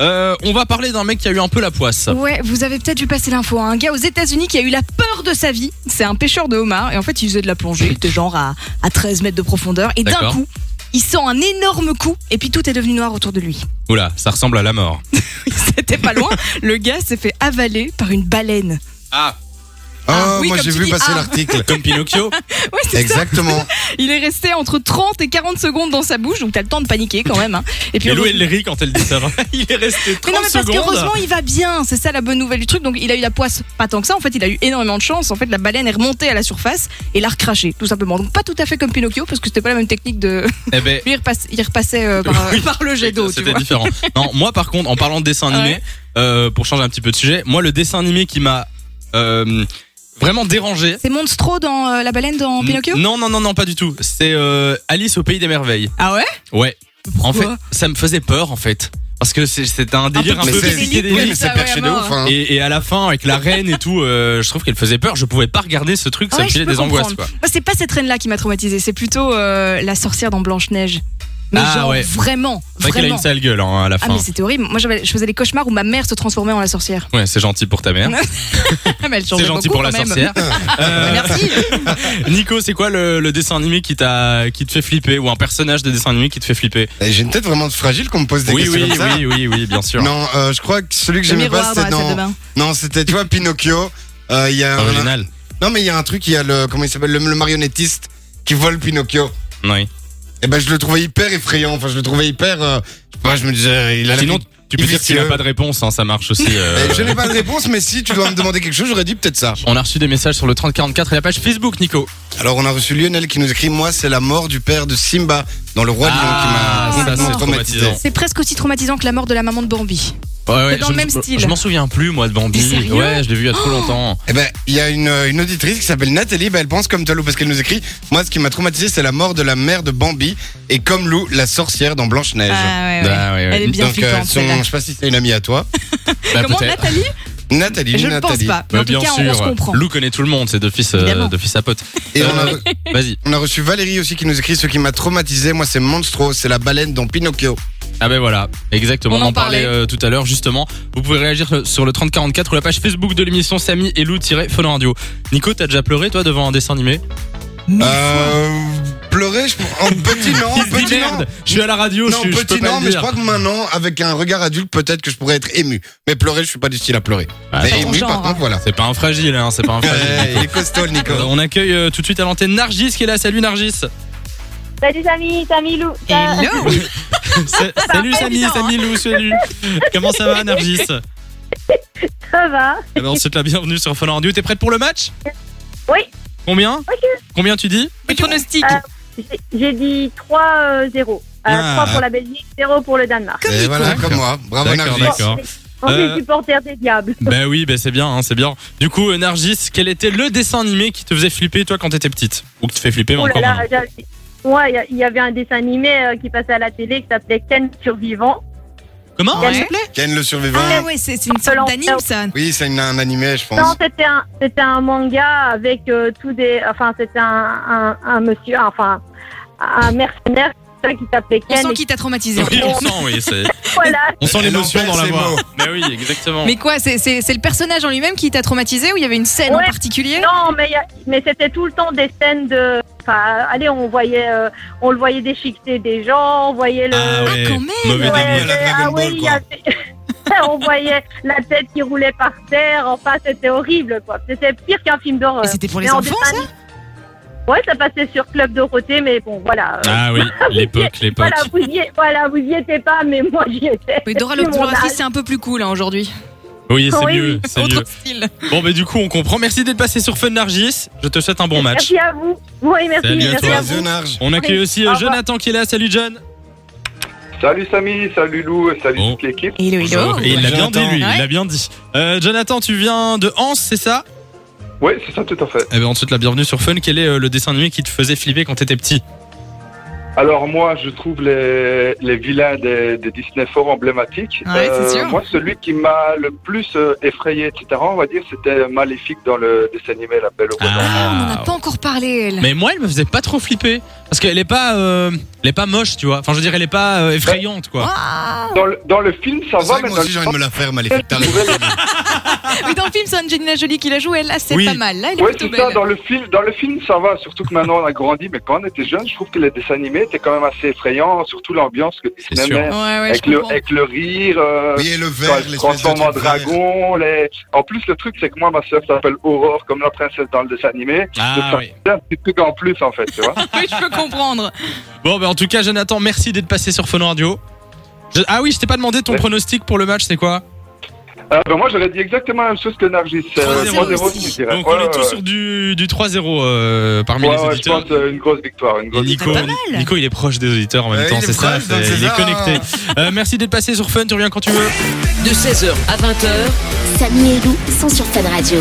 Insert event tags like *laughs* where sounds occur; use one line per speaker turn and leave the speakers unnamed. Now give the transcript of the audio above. Euh, on va parler d'un mec qui a eu un peu la poisse.
Ouais, vous avez peut-être vu passer l'info. hein. Un gars aux États-Unis qui a eu la peur de sa vie. C'est un pêcheur de homards et en fait, il faisait de la plongée. Il était genre à, à 13 mètres de profondeur et d'un
D'accord.
coup, il sent un énorme coup et puis tout est devenu noir autour de lui. *laughs*
Oula, ça ressemble à la mort.
C'était pas loin. Le gars s'est fait avaler par une baleine.
Ah,
Ah,
Ah,
oui,
moi
comme
j'ai
tu
vu
dis,
passer
ah.
l'article.
comme Pinocchio.
Ouais, c'est ça.
Exactement.
Il est resté entre 30 et 40 secondes dans sa bouche, donc t'as le temps de paniquer quand même. hein. Et puis
Et Lou,
heureusement-
elle rit quand elle dit ça. *laughs* Il est resté 30
Mais non, mais parce
secondes.
qu'heureusement, il va bien. C'est ça la bonne nouvelle du truc. Donc, il a eu la poisse pas tant que ça. En fait, il a eu énormément de chance. En fait, la baleine est remontée à la surface et l'a recraché, tout simplement. Donc, pas tout à fait comme Pinocchio, parce que c'était pas la même technique de. *laughs*
Eh ben,
Lui, il, repasse- il repassait euh, par, euh,
Oui,
*laughs* par le jet d'eau, tu
C'était
vois. Ah
différent. Non, moi par contre, en parlant de dessin animé,
Ouais.
euh, pour changer un petit peu de sujet, moi le dessin animé qui m'a euh, vraiment dérangé.
C'est Monstro dans euh, la baleine
Mm.
dans Pinocchio
Non, non, non, non, pas du tout. C'est euh, Alice au pays des merveilles.
Ah ouais
Ouais. en fait,
Pourquoi Ah,
ça me faisait peur en fait. Parce que c'est- c'était un délire un
peu
peu,
psychédélique,
Oui, mais
psychédélique.
c'est
Ah ouais,
perché
à
de
mort.
ouf. hein.
Et, et à la fin, avec la reine et tout, euh, je trouve qu'elle faisait peur. Je pouvais pas regarder ce truc, ça
Ouais,
me
je
filait
peux
des angoisses. Quoi.
comprendre. Moi, Bah, c'est pas cette reine-là qui m'a traumatisée. C'est plutôt euh, la sorcière dans Blanche-Neige. Mais
Ah
genre,
ouais.
vraiment.
C'est vrai qu'elle a
vraiment.
une sale gueule hein, à la
Ah,
fin.
mais c'était horrible. Moi, j'avais- je faisais les cauchemars où ma mère se transformait en la sorcière.
ouais, c'est gentil pour ta mère.
Ah, mais elle
*laughs*
changeait
C'est gentil
beaucoup
pour la
quand même. *laughs* Bah,
sorcière. Euh, *laughs*
Merci.
Nico, c'est quoi le, le dessin animé qui t'a qui te fait flipper ou un personnage de dessin animé qui te fait flipper
Et J'ai une tête vraiment fragile qu'on me pose des
Oui,
questions
oui,
comme ça.
oui, oui, oui, bien sûr.
Non, euh, je crois que celui que
Le
j'aimais pas,
miroir bah, dans
c'était
la salle de
non.
bain.
Non, c'était tu vois Pinocchio. Euh, Il y a
Pas
un-
Original.
Non, mais il y a un truc, il y a le comment il s'appelle le, le marionnettiste qui vole Pinocchio.
Oui.
Et ben je le trouvais hyper effrayant. Enfin, je le trouvais hyper. euh, je sais pas, je me disais, il a la
Sinon,
vie-
tu peux dire qu'il
vicieux.
n'a pas de réponse, hein, ça marche aussi.
*laughs*
euh,
Eh, Je n'ai pas de réponse, mais si tu dois me demander quelque chose, j'aurais dit peut-être ça.
On a reçu des messages sur le 3044 et la page Facebook, Nico.
Alors, on a reçu Lionel qui nous écrit Moi, c'est la mort du père de Simba dans le roi
Ah,
lion qui m'a
ça,
complètement
c'est
traumatisé.
traumatisant.
C'est presque aussi traumatisant que la mort de la maman de Bambi.
Ouais, ouais,
dans
je
le même
me-
style.
Je m'en souviens plus, moi, de
Mais
Bambi.
sérieux
Ouais, je l'ai vu il y a trop longtemps.
*gasps*
Eh ben, il y a une, euh, une auditrice qui s'appelle Nathalie, ben, elle pense comme toi Lou parce qu'elle nous écrit Moi ce qui m'a traumatisé c'est la mort de la mère de Bambi et comme Lou, la sorcière dans Blanche-Neige.
Ah
Ah, ouais, ouais.
Elle est bien
Donc euh,
flippante.
son-
celle-là.
je sais pas si c'est une amie à toi.
Bah,
Comment
peut-être.
Nathalie
Nathalie,
Je ne pense
Nathalie.
pas. Mais
Bah,
en tout
bien
cas, on- on se
sûr.
comprend.
Lou connaît tout le monde, c'est de fils, euh,
Évidemment.
de fils à pote.
Et on a,
Euh, *laughs* Vas-y.
on a reçu Valérie aussi qui nous écrit Ce qui m'a traumatisé, moi c'est Monstro, c'est la baleine dans Pinocchio.
Ah ben voilà, exactement.
On
On,
en
en parlait
parlait.
euh, tout à l'heure justement. Vous pouvez réagir euh, sur le 3044 ou la page Facebook de l'émission Samy et Lou Fun Radio. Nico, t'as déjà pleuré toi devant un dessin animé
Euh, pleurer, je... en petit non,
Il se dit,
Oh, petit non.
merde, je suis à la radio,
Non,
je, suis- je
petit
peux pas
non,
le
mais je
dire.
crois que maintenant, avec un regard adulte, peut-être que je pourrais être ému. Mais pleurer, je suis pas du style à pleurer.
Ah,
mais
c'est ton
ému,
genre,
par contre,
hein.
voilà.
C'est pas un fragile, hein, c'est pas un
Ouais,
fragile.
il est costaud, le Nico.
Euh, on accueille euh, tout de suite à l'antenne Nargis qui est là. Salut Nargis.
Salut Samy, Samy Lou. Ça-
Oh.
Hello
*laughs* Sa- salut
pas
Samy,
évident,
Samy
hein.
Lou, salut. Comment ça va
*laughs*
Nargis
Ça va
Eh ben, On te souhaite la bienvenue sur Fun Radio. T'es prête pour le match
Oui.
Combien Combien tu dis
Le pronostic. Oh,
Ah. J'ai- J'ai dit euh, 3-0.
Ah.
3 pour la Belgique, 0 pour le Danemark.
Et Eh, voilà,
D'accord.
comme moi. Bravo,
D'accord,
Nargis.
d'accord.
On est
Euh.
supporters des diables.
Ben oui, ben c'est bien, hein, c'est bien. Du coup, euh, Nargis, quel était le dessin animé qui te faisait flipper toi quand t'étais petite Ou qui te fait flipper mais
*laughs* Oh là
encore
là,
maintenant
j'avais- Ouais, il y a- il y, avait un dessin animé euh, qui passait à la télé qui s'appelait Ken Survivant.
Comment
Ouais.
Ken le survivant.
Ah ouais, c'est c'est une sorte d'anime ça.
Oui, c'est une- un animé, je
Non,
pense.
c'était un, c'était un manga avec euh, tous des. Enfin, c'était un, un, un monsieur, enfin, un mercenaire qui s'appelait
On
Ken.
sent
et-
qui t'a traumatisé.
Oui, on sent, oui, c'est-
Voilà,
on sent
Elle
l'émotion
en
dans
perd
la
ses
voix.
mots.
Mais oui, exactement.
Mais quoi, c'est c'est- c'est le personnage en lui-même qui t'a traumatisé ou il y avait une scène en
Ouais.
particulier
*laughs* Non, mais, y a- mais c'était tout le temps des scènes de. Enfin, allez, on voyait, euh, on le voyait déchiqueter des gens, on voyait le.
Ah ouais,
quand même.
mauvais
Ouais,
délire.
la
mais-
Dragon
ah ouais,
Ball,
il
quoi.
avait- *laughs* on voyait la tête qui roulait par terre. Enfin, c'était horrible, quoi. C'était pire qu'un film d'horreur.
Mais C'était pour les
Mais en
enfants
dessin
ça
animé- Ouais, ça passait sur Club Dorothée, mais bon, voilà. euh,
Ah oui, l'époque, l'époque.
Voilà vous, y, é- voilà, vous y étiez pas, mais moi j'y étais.
Oui, Dora
C'est mon
l'exploratrice
âge.
c'est un peu plus cool hein, aujourd'hui.
Oui, c'est
Oui,
mieux,
oui.
c'est mieux.
Autre style.
Bon, mais du coup, on comprend. Merci d'être passé sur Fun Nargis. Je te souhaite un bon match.
Merci à vous. Oui, merci.
Salut à
merci
toi.
à
Vas-y,
vous.
Narge.
On accueille aussi euh,
Au revoir.
Jonathan qui est là. Salut, John.
Salut Samy, salut Lou, salut
Bon.
toute l'équipe.
Hello, hello.
Bonjour. Et il l'a bien dit,
Jonathan.
lui. Il
Ouais.
l'a bien dit. Euh, Jonathan, tu viens de Anse, c'est ça
Oui, c'est ça tout à fait.
Eh ben, on te souhaite la bienvenue sur Fun. Quel est euh, le dessin animé qui te faisait flipper quand t'étais petit
Alors moi, je trouve les, les vilains des, des Disney fort emblématiques. Euh,
Ouais, c'est sûr.
Moi, celui qui m'a le plus euh, effrayé, etc., on va dire, c'était Maléfique dans le dessin animé La Belle au bois.
Ah.
Ah, on n'en a pas encore parlé elle. *laughs*
Mais moi, elle me faisait pas trop flipper. Parce qu'elle est pas, euh, elle est pas moche, tu vois. Enfin, je dirais, elle est pas euh, effrayante, quoi.
Ah
Dans le, dans le film, ça
C'est
va,
vrai que
mais
moi
dans
aussi j'ai envie de me
le
la faire, Maléfique. t'as raison.
Mais dans le film, c'est Angelina Jolie qui la joue, elle, là, c'est
Oui.
pas mal. Là, elle est
Ouais,
plutôt
c'est
belle.
ça, dans le, film, dans le film, ça va, surtout que maintenant on a grandi, mais quand on était jeune, je trouve que les dessins animés étaient quand même assez effrayants, surtout l'ambiance que Disney
sûr.
met,
Ouais, ouais, je
avec, le,
comprends.
avec le rire, euh,
Oui, et le
quand
verre,
elle se
l'espèce de
transforme en
truc vert.
dragon. Les... En plus, le truc, c'est que moi, ma sœur s'appelle Aurore, comme la princesse dans le dessin animé.
Ah oui.
C'est un petit truc en plus, en fait, tu
*laughs*
vois.
Oui, je peux comprendre.
Bon, bah en tout cas, Jonathan, merci d'être passé sur Fun Radio. Je- Ah oui, je t'ai pas demandé ton
Ouais.
pronostic pour le match, c'est quoi
Euh, ben, moi, j'aurais dit exactement la même chose que Nargis. euh,
3-0
3-0,
aussi.
je dirais.
Donc
Ouais,
on est tous
ouais,
sur du, du 3-0 euh, parmi
ouais,
les
ouais, je
auditeurs.
pense euh, une grosse victoire. Une
Et
grosse
Nico,
pas mal.
Nico, il est proche des auditeurs en même
Ouais,
temps,
il est
c'est ça,
proche, donc
c'est-
c'est
il est
ça.
connecté. Euh, merci d'être passé sur Fun, tu reviens quand tu veux.
De 16h à 20h,
Samy et Lou sont sur Fan Radio.